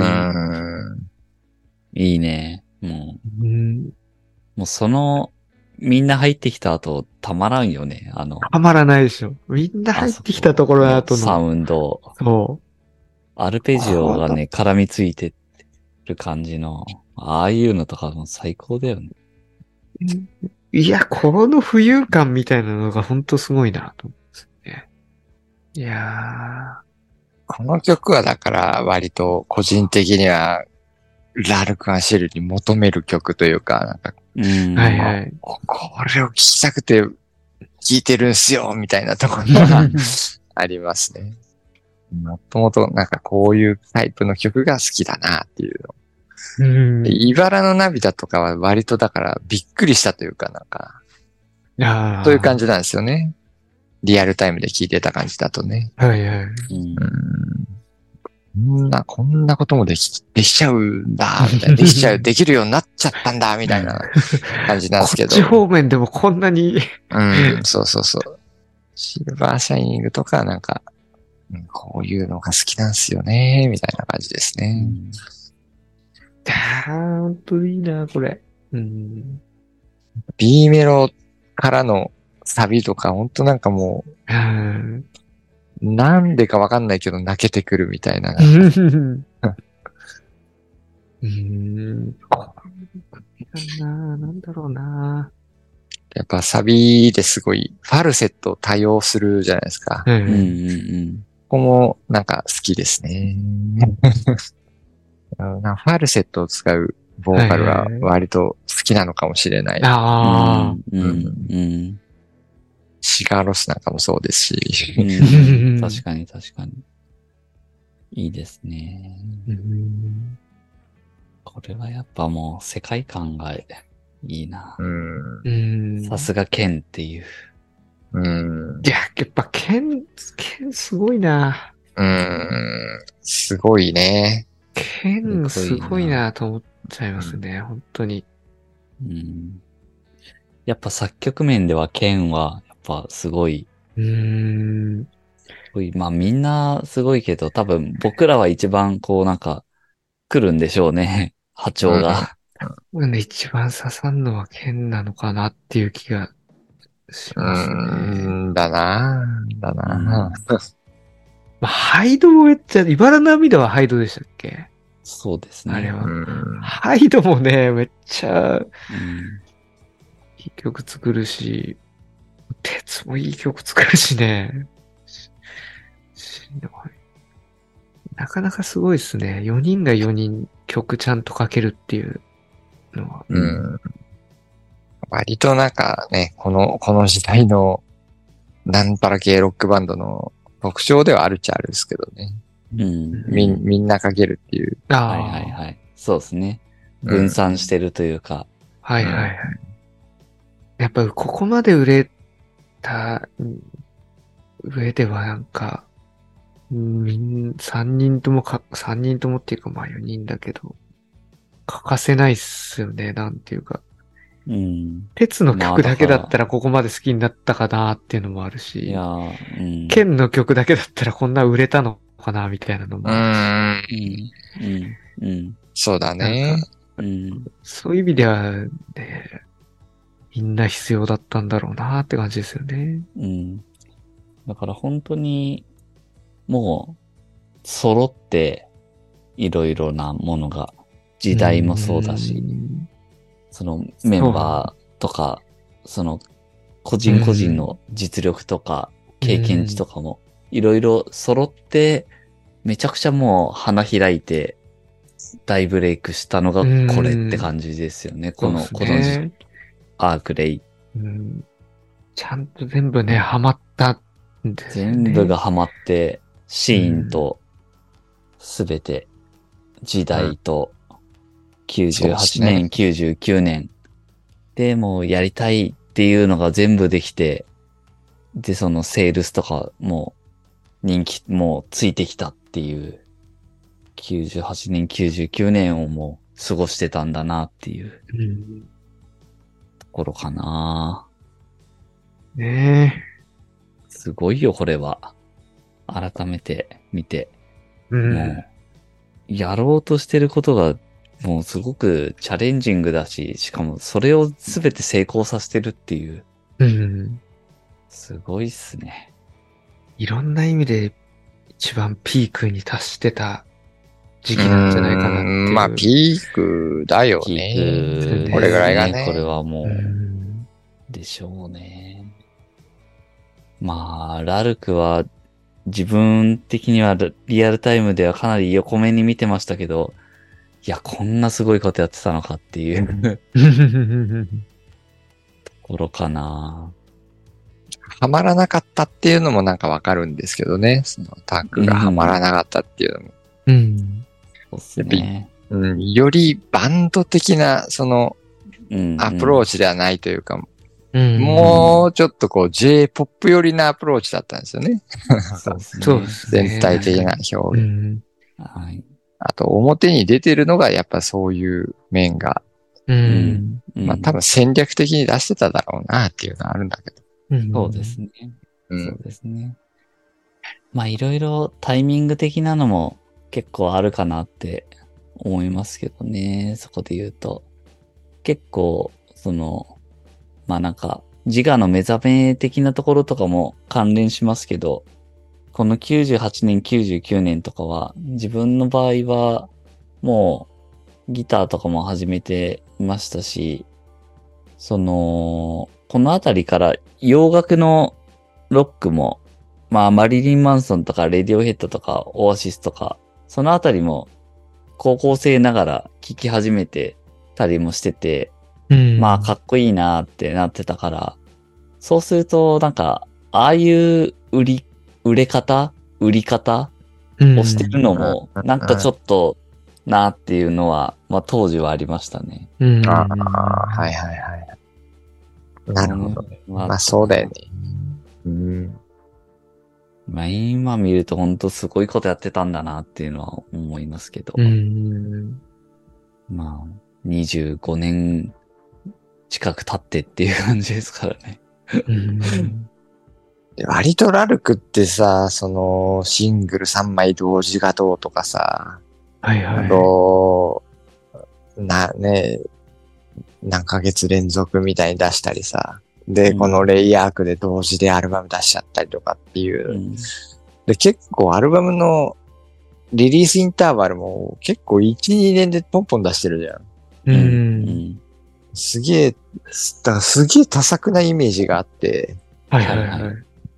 いいん。い。いね。もうん、う、もうその、みんな入ってきた後、たまらんよね。あの、はまらないでしょ。みんな入ってきたところの後サの、ウンド、そアルペジオがね、絡みついてる感じの、ああいうのとかも最高だよね。う。いや、この浮遊感みたいなのがほんとすごいなと思うんですよね。いやこの曲はだから割と個人的には、ラルク・アンシェルに求める曲というか、なんかうん。ー、はいはい。ここれを聞きたくて聞いてるんすよ、みたいなところがありますね。もともとなんかこういうタイプの曲が好きだなっていうの。うん。で茨の涙とかは割とだからびっくりしたというかなんか、あそういう感じ。じなんですよね。リアルタイムで聞いてた感じだとね。はいはうい。んうん。こんな、こんなこともでき、できちゃうんだ、みたいな。できちゃう、できるようになっちゃったんだ、みたいな感じなんですけど。 こっち方面でもこんなに、 うん、そうそうそう。シルバーシャイニングとか、なんか、うんこういうのが好きなんすよね、みたいな感じですうね。んあーほんといいな、これ。うん。 B メロからのサビとか、ほんとなんかもうんう、なんでかわかんないけど泣けてくるみたいな。うん。うん。な、なんだろうな。やっぱサビですごい、ファルセットを多用するじゃないですか。う。うんうんんここもなんか好きですね。 うんなんかファルセットを使うボーカルは割と好きなのかもしれない。ああ。うんうんシガーロスなんかもそうですうし。ん確かに確かに。いいですね。うんこれはやっぱもう世界観がいいな。うん。うん。さすが剣っていう。うん。いや、やっぱ、剣、剣すごいな。うん。すごいね。剣すごいなと思っちゃいますね、本当に。うん、やっぱ作曲面では剣はやっぱすごい、うん。すごいまあみんなすごいけど多分僕らは一番こうなんか来るんでしょうね。 波長が。なんで一番刺さんのは剣なのかなっていう気がしうますね。ん。だなだなまあ、ハイドもめっちゃ、茨の涙はハイドでしたっけそうですね。あれはう。ん。ハイドもね、めっちゃうんいい曲作るし、鉄もいい曲作るしね。ししんどいなかなかすごいですね。4人が4人曲ちゃんと書けるっていうのは。うん。割となんかね、この、この時代の、なんたら系ロックバンドの特徴ではあるっちゃあるんですけどね。うん。みん、みんなかけるっていう。ああ、はいはいはい。そうですね。分散してるというか。はいはいはい。やっぱここまで売れたうん上ではなんか、うんみん、3人ともか、三人ともっていうかまあ4人だけど、欠かせないっすよね、なんていうか。うん。鉄のまあ曲だけだっだかたらここまで好きになったかなっていうのもあるいしや、ーうん。剣の曲だけだったらこんな売れたのかなみたいなのも、うん。うん。うん。そうだね。うん。そういう意味では、ね、みんな必要だったんだろうなって感じですよね。うん。だから本当に、もう、揃って、いろいろなものが、時代もそうだし、んそのメンバーとか、その、個人個人の実力とか、経験値とかも、いろいろ揃って、めちゃくちゃもう花開いて、大ブレイクしたのがこれって感じですよね。この、そうこっすのじねアークレイ。うんちゃんと全部ね、ハマったんですよね。全部がハマって、シーンと、すべて、時代と、そうです98ね年、99年。で、もうやりたいっていうのが全部できて、で、そのセールスとかも、人気もついてきたっていう、98年、99年をもう過ごしてたんだなっていう。うん。ころかな。ねすごいよ、これは。改めて見て。え。うもう、やろうとしてることが、もうすごくチャレンジングだし、しかもそれを全て成功させてるっていう、うん。すごいっすね。いろんな意味で一番ピークに達してた時期なんじゃないかなっていうう。んまあ、ピークだよね。聞くこれぐらいがねこれはもうう、んでしょうね。まあ、ラルクは、自分的にはリリアルタイムではかなり横目に見てましたけど、いや、こんなすごいことやってたのかっていう ところかな。ハマらなかったっていうのもなんかわかるんですけどね。そのタッグがハマらなかったっていうのも。うん。そうっすね。うん、よりバンド的な、その、うんアプローチ。チではないというか、うん。もうちょっとこう J-POP 寄りなアプローチだったんですよね。そうっすねそうですね。全体的なう表現。ん。はい。あと表に出てるのがやっぱそういう面が、うん。うんまあ多分戦略的に出してただろうなっていうのはあるんだけど。うんそうです。ね。う。そうんですね。まあいろいろタイミング的なのも結構あるかなって思いますけどね。そこで言うと。結構、その、まあなんか自我の目覚め的なところとかも関連しますけど、この98年、99年とかは自分の場合はもうギターとかも始めていましたし、その、このあたりから洋楽のロックも、まあ、マリリン・マンソンとか、レディオヘッドとか、オアシスとか、そのあたりも、高校生ながら聴き始めてたりもしてて、うん。まあ、かっこいいなってなってたから、そうすると、なんか、ああいう売り、売れ方売り方うんをしてるのも、うんなんかちょっと、なっていうのは、まあ、当時はありましたね。うん。ああ、はいはいはい。なるほど。どまあそうだよね。うん。まあ、今見ると本当すごいことやってたんだなっていうのは思いますけど、うん。まあ、25年近く経ってっていう感じですからね。うんで割とラルクってさ、その、シングル3枚同時がどうとかさ、はいはあい。と、な、ね、何ヶ月連続みたいに出したりさ。で、うんこのレイヤークで同時でアルバム出しちゃったりとかっていう。うんで、結構アルバムのリリースインターバルも結構1、2年でポンポン出してるじゃん。う。うんんすげえ、だからすげえ多作なイメージがあって、はいはいはい。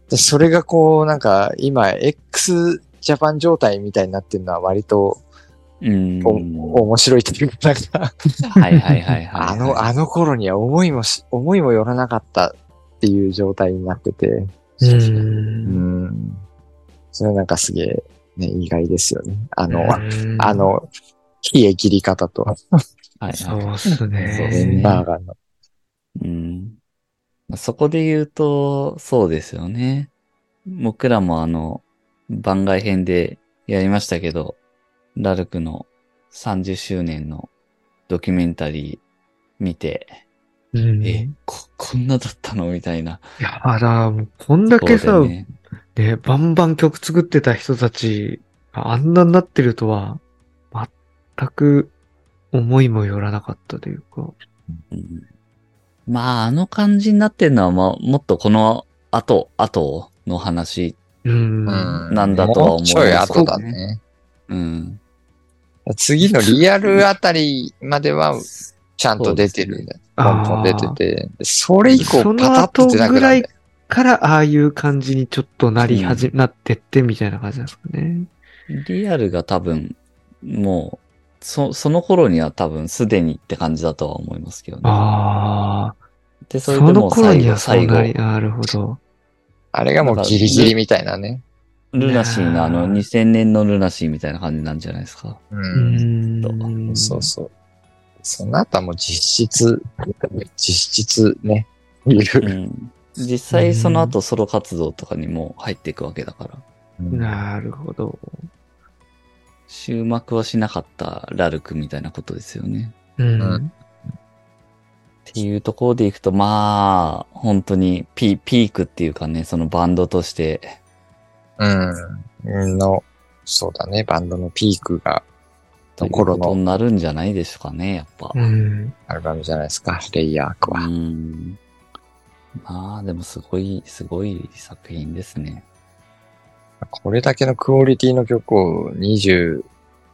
でそれがこうなんか今 x ジャパン状態みたいになってるのは割とうんお、面白いというか、なんかはいはいはいはい。あの、あの頃には思いもし、思いもよらなかったっていう状態になってて、ううん。ん。それはなんかすげえ、ね、意外ですよね。あの、うんあ、の、冷え切り方と、はいそはうっすそうメですンねね。バーガーの。いうんまあそこで言うと、そうですよね。僕らもあの、番外編でやりましたけど、ラルクの30周年のドキュメンタリー見て、うんえ、こ、こんなだったのみたいな。いや、だからもうこんだけそさ、うだよねね、バンバン曲作ってた人たちがあんなになってるとは、全く思いもよらなかったというか。うんまあ、あの感じになってるのは、まあ、もっとこの後、後の話。うん。なんだとは思もううちょい後だね。うん。次のリアルあたりまでは、ちゃんと出てるんだよ。ポンポン出あーてて。それ以降、そのパタッと出なくなるんだよ。から、ああいう感じにちょっとなりはじ、なってってみたいな感じなんですかね。リアルが多分、もう、そ、その頃には多分すでにって感じだとは思いますけどね。ああ。で、そそれでものう頃最に後、はそう最後な、り、なるほど。あれがもうギリギリみたいなね。ルナシーのあのねえ2000年のルナシーみたいな感じなんじゃないですか。ううんん。そうそう。その後はもう実質、実質ね、いる。実際その後ソロ活動とかにも入っていくわけだから。なるほど。終幕はしなかったラルクみたいなことですよね。うん。うんっていうところでいくと、まあ、本当にピピークっていうかね、そのバンドとして、うん。の、そうだね、バンドのピークが、というこ頃のとになるんじゃないですかね、やっぱ。うん。アルバムじゃないですか、レイヤークは。うん。まあ、でもすごい、すごい作品ですね。これだけのクオリティの曲を20、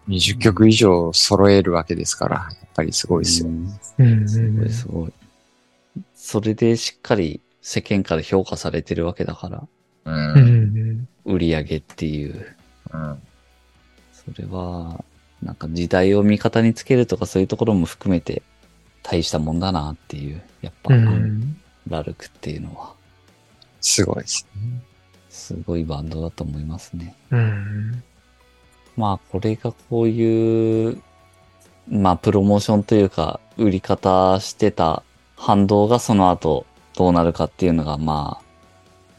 20曲以上揃えるわけですから、やっぱりすごいですよ。うんすうんうんごい、すごい。それでしっかり世間から評価されてるわけだから、うん。うんうん売り上げっていう。うんそれは、なんか時代を味方につけるとかそういうところも含めて、大したもんだなっていう、やっぱ、うん。ラルクっていうのは、すごいですね。すごいバンドだと思いますね。うん。まあ、これがこういう、まあ、プロモーションというか、売り方してた反動がその後どうなるかっていうのが、まあ、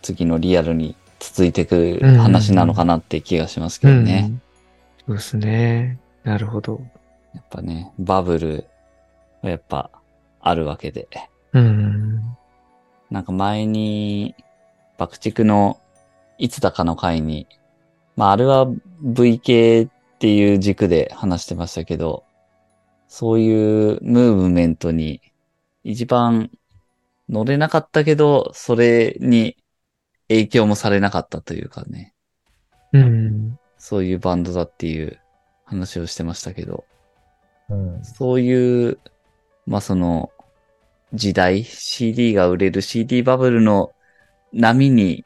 次のリアルに続いてく話なのかなって気がしますけうどん。ね。。そうですね。なるほど。やっぱね、バブルはやっぱあるわけで。うん。なんか前に、爆竹のいつだかの回に、まああれは VK っていう軸で話してましたけど、そういうムーブメントに一番乗れなかったけど、それに影響もされなかったというかね、うん。そういうバンドだっていう話をしてましたけど、うん。そういう、まあ、その、時代、CD が売れる CD バブルの波に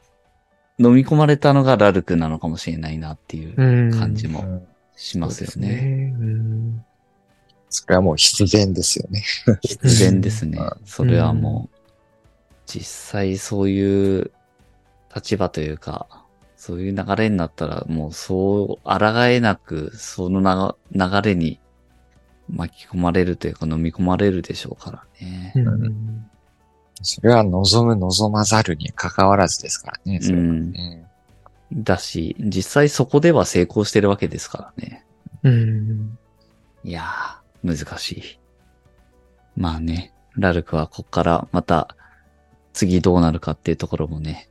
飲み込まれたのがラルクなのかもしれないなっていううん。感じももしますよすね。ね。うん。それはもう必然ですよね。必然ですねうん。それはもう、実際そういう立場というか、そういう流れになったらもうそう抗えなく、そのなが流れに巻き込まれるというか飲み込まれるでしょうからね。うんそれは望む望まざるに関わらずですからね。それはうんねだし、実際そこでは成功してるわけですからね。うん。いやー、難しい。まあね、ラルクはこっからまた次どうなるかっていうところもね、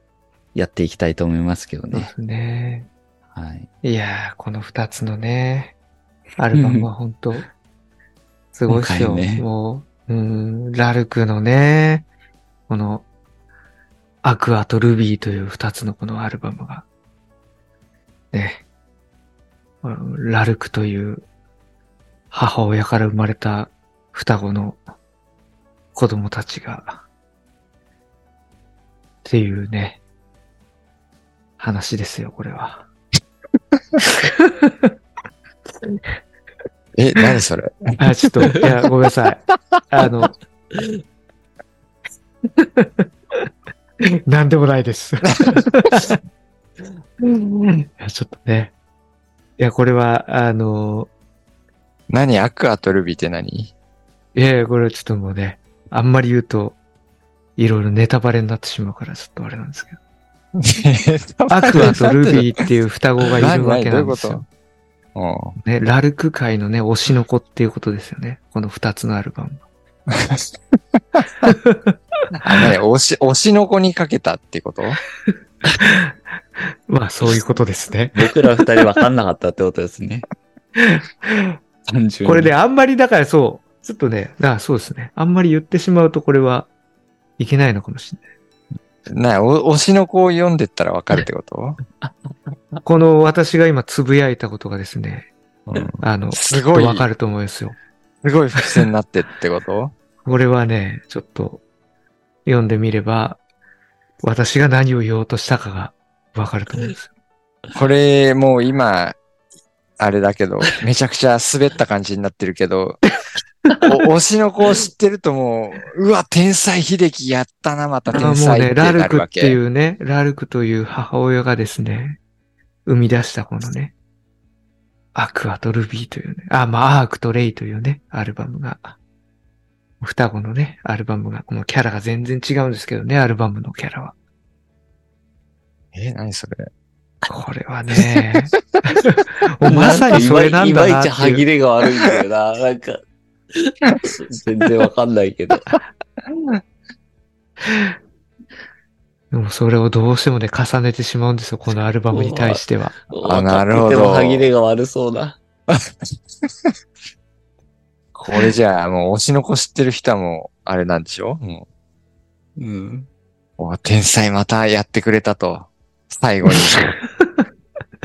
やっていきたいと思いますけどそうでね。すね。はい。いやー、この二つのね、アルバムは本当すごいっすよ。今回ねもう、うん、ラルクのね、この、アクアとルビーという二つのこのアルバムが、ね、このラルクという母親から生まれた双子の子供たちが、っていうね、話ですよ、これは。え、何それあ、ちょっと、いや、ごめんなさい。あの、なんでもないです。いやちょっとね。いや、これは、あの、何アクアとルビーって 何いやいや、これはちょっともうね、あんまり言うと、いろいろネタバレになってしまうから、ちょっとあれなんですけ ど。アクアとルビーっていう双子がいるわけなんですうよ。んね、ラルク界のね、推しの子っていうことですよね。この二つのアルバム。 あね、推し、推しの子にかけたってことまあ、そういうことですね。僕ら二人分かんなかったってことですね。単純にこれね、。あんまりだからそう、ちょっとね、だからそうですね。あんまり言ってしまうとこれはいけないのかもしれない。な、お推しの子を読んでったらわかるってことこの私が今つぶやいたことがですね、うんあの、すごいわかると思うんですよ。すごい伏線になってってことこれはね、ちょっと読んでみれば、私が何を言おうとしたかがわかると思うんですよ。これ、もう今、あれだけど、めちゃくちゃ滑った感じになってるけ ど、お推しの子を知ってるともう、うわ、天才秀樹やったな、またあの天もう才っね、てラなルるクわっていけ。うね、ラルクという母親がですね、生み出したこのね、アクアとルビーというね、あ、まあ、アークとレイというね、アルバムが、双子のね、アルバムが、このキャラが全然違うんですけどね、アルバムのキャラは。え、何それこれはね、もうまさにそれなんだなっていまいち歯切いう。れが悪いんだよな。なんか、全然分かんないけど。でもそれをどうしてもね、重ねてしまうんですよ、このアルバムに対しては。あなる分かっほどてても歯切れが悪そうな。これじゃあ、もう、推しの子知ってる人はもう、あれなんでしょもうん。う、お天才またやってくれたと。最 後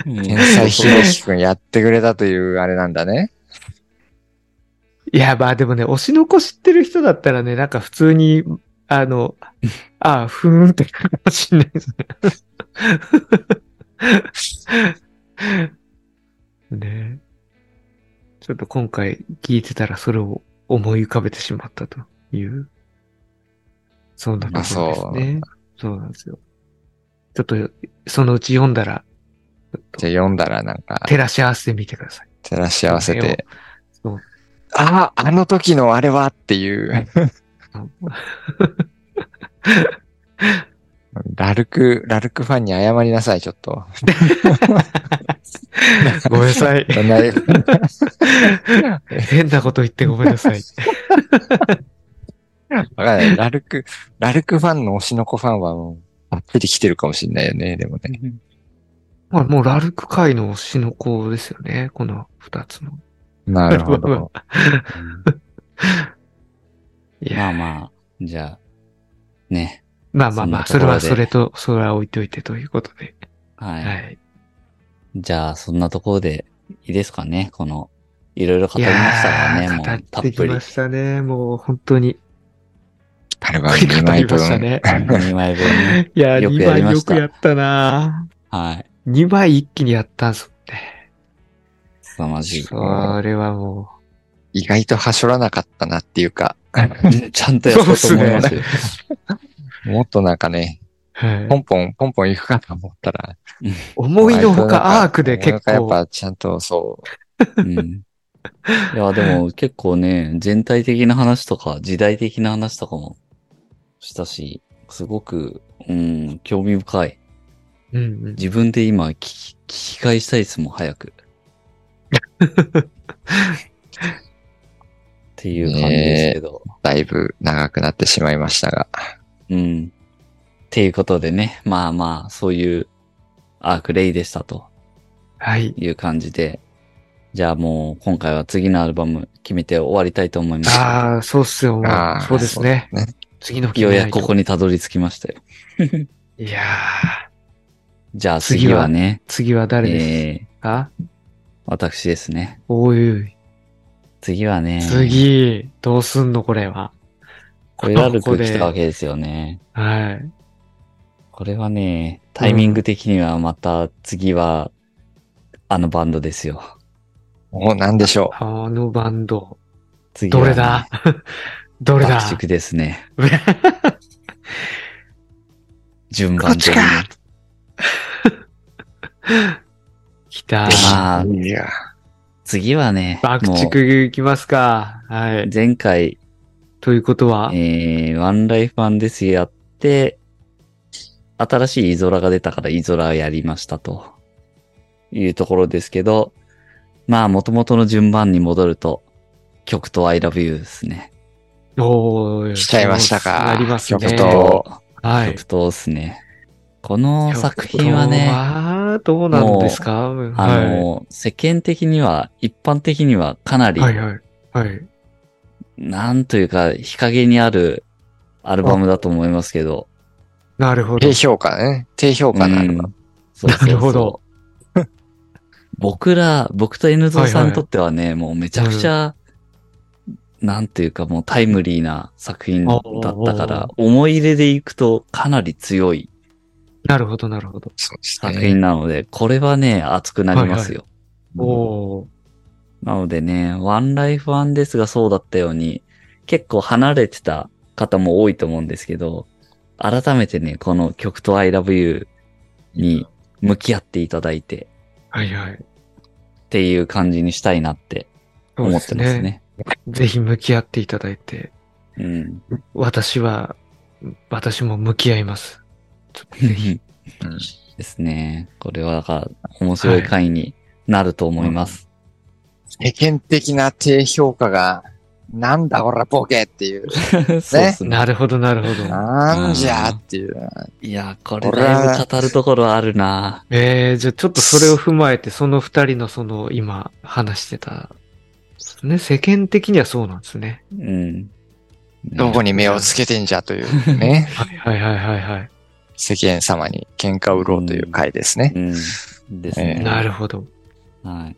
に、天才ひろきくんやってくれたというあれなんだね。いや、まあでもね、推しの子知ってる人だったらね、なんか普通に、あの、ああ、ふーんってなるかもしんないですね。 ねえちょっと今回聞いてたらそれを思い浮かべてしまったという、そんなところですね。そうなんですよ。ちょっと、そのうち読んだら、じゃあ読んだらなんか、照らし合わせてみてください。照らし合わせて、 そう。ああ、あの時のあれはっていう、 ラルク、ラルクファンに謝りなさい、ちょっと。ごめんなさ い。そんな変なこと言ってごめんなさい。わかんない。ラルク、ラルクファンの推しの子ファンはもう、ばっぷり来てるかもしれないよね、でもね。まあ、もうラルク界の推しの子ですよね。この二つの。なるほまあまど。 いまや、あまあ、じゃあ、ね。まあまあまあ、そそんなところれはでそれと、それは置いといてということで。はい。はい。じゃあ、そんなところでいいですかね。この、いろいろ語りましたからね。いやもう、たーっ語っぷてきりま。したね。もう本当に。アル語バムり2ま枚分。したね。 2枚分ね。いやー、よく2やり枚まよしたくやったなはい。 2枚一気にやったんすもんね。凄まじい。それはも意外とはしょらなかったなっていうか、 ちゃんとやったと思いますよ。もっとなんかね、う、はいポンポン、ポンポン行くかと思ったら。思いのほかアークでな結んかやっ構。ぱちゃんとそう、うんいや、でも結構ね、全体的な話とか、時代的な話とかもしたし、すごく、うん、興味深い。うんうん、自分で今聞き、聞き返したいですもん、早 く。っていう感じですけど。だいぶ長くなってしまいましたが。うん。っていうことでね、まあまあ、そういうアークレイでしたとはい。いう感じで。じゃあもう、今回は次のアルバム決めて終わりたいと思います。ああ、そうっすよ。もうあーそうですね。そうね次のようやくこここにたどり着きましたよ。いやー、じゃあ次はね、次は誰ですえー、か、私ですね。おいおい。次はね、次、どうすんのこれは。これラルク来でたわけですよね。はい。これはね、タイミング的にはまた次は、あのバンドですよ。お、なんでしょあのバンド。次はどね、れだ どれだ爆竹です ね。順こ番っち順かに。来た。まあう。、いや、次はね、爆もう竹行きますか。はい。前回、ということは、えー、ワンライフワンですやって、新しいイゾラが出たからイゾラやりましたというところですけど、まあ元々の順番に戻ると、曲と I love you ですね。おー来ちゃいましたかそうなりますね。曲とはい曲。とですね。この作品は曲とね、はどうなんですかあはいの、世間的には、一般的にはかなり、はいはい。はい。なんというか、日陰にあるアルバムだと思いますけど、なるほど低。評価ね。低評価なうるんわ。そうそうそうなるほど。 僕ら、僕と N ゾーさんにとってはね、もうめちゃくちゃ、なんていうかもうタイムリーな作品だったから、思い入れでいくとかなり強いなるほど、なるほど。そうです作ね。品なので、これはね、熱くなりますよ。おー。なのでね、ワンライフワンですがそうだったように、結構離れてた方も多いと思うんですけど、改めてね、この曲と I love you に向き合っていただいて、はいはい。っていう感じにしたいなってそう思でってます。ね。ぜひ向き合っていただいて、うん。私は、私も向き合います。うん ですね。これはだから面白い回になると思います。世間的な低評価がなんだこらボケっていう。そうっすねな。るほど、なるほど。なんじゃっていう。いや、これだいぶ語るところあるな。えー、じゃあちょっとそれを踏まえて、その二人のその、今、話してた、ね、世間的にはそうなんですね。うん。どこに目をつけてんじゃというね。はいはいはいはい はい。世間様に喧嘩を売ろうという回ですね。うん。ですね。ええなるほど。はい。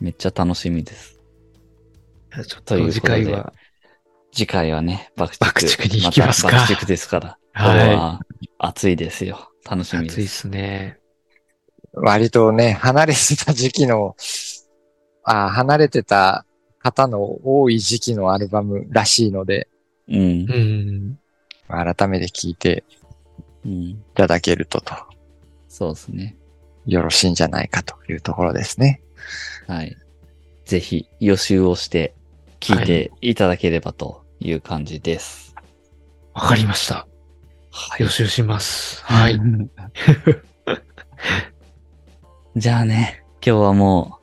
めっちゃ楽しみです。ちょっと次回は。次回はね、爆竹。爆竹に行きますかた爆竹ですから。ははい。暑いですよ。楽しい。みで。暑いですすね。割とね、離れてた時期の、あ離れてた方の多い時期のアルバムらしいので、うんう。ん。改めて聞いてうん。いただけるとと、そうですね。よろしいんじゃないかというところですね。はい。ぜひ予習をして聞いていただければという感じです。わかりました。は予習します。はい。。 じゃあね、今日はも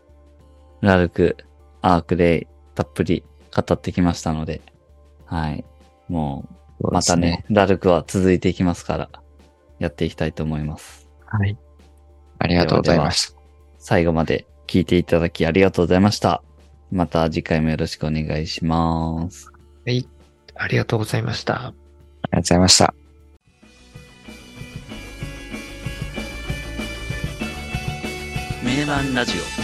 う、ラルク、アークレイ、たっぷり語ってきましたので、はい。もう、またね、ラルクは続いていきますから、やっていきたいと思います。はい。ありがとうございました。最後まで聞いていただきありがとうございました。また次回もよろしくお願いします。はい。ありがとうございました。ありがとうございました。名盤ラジオ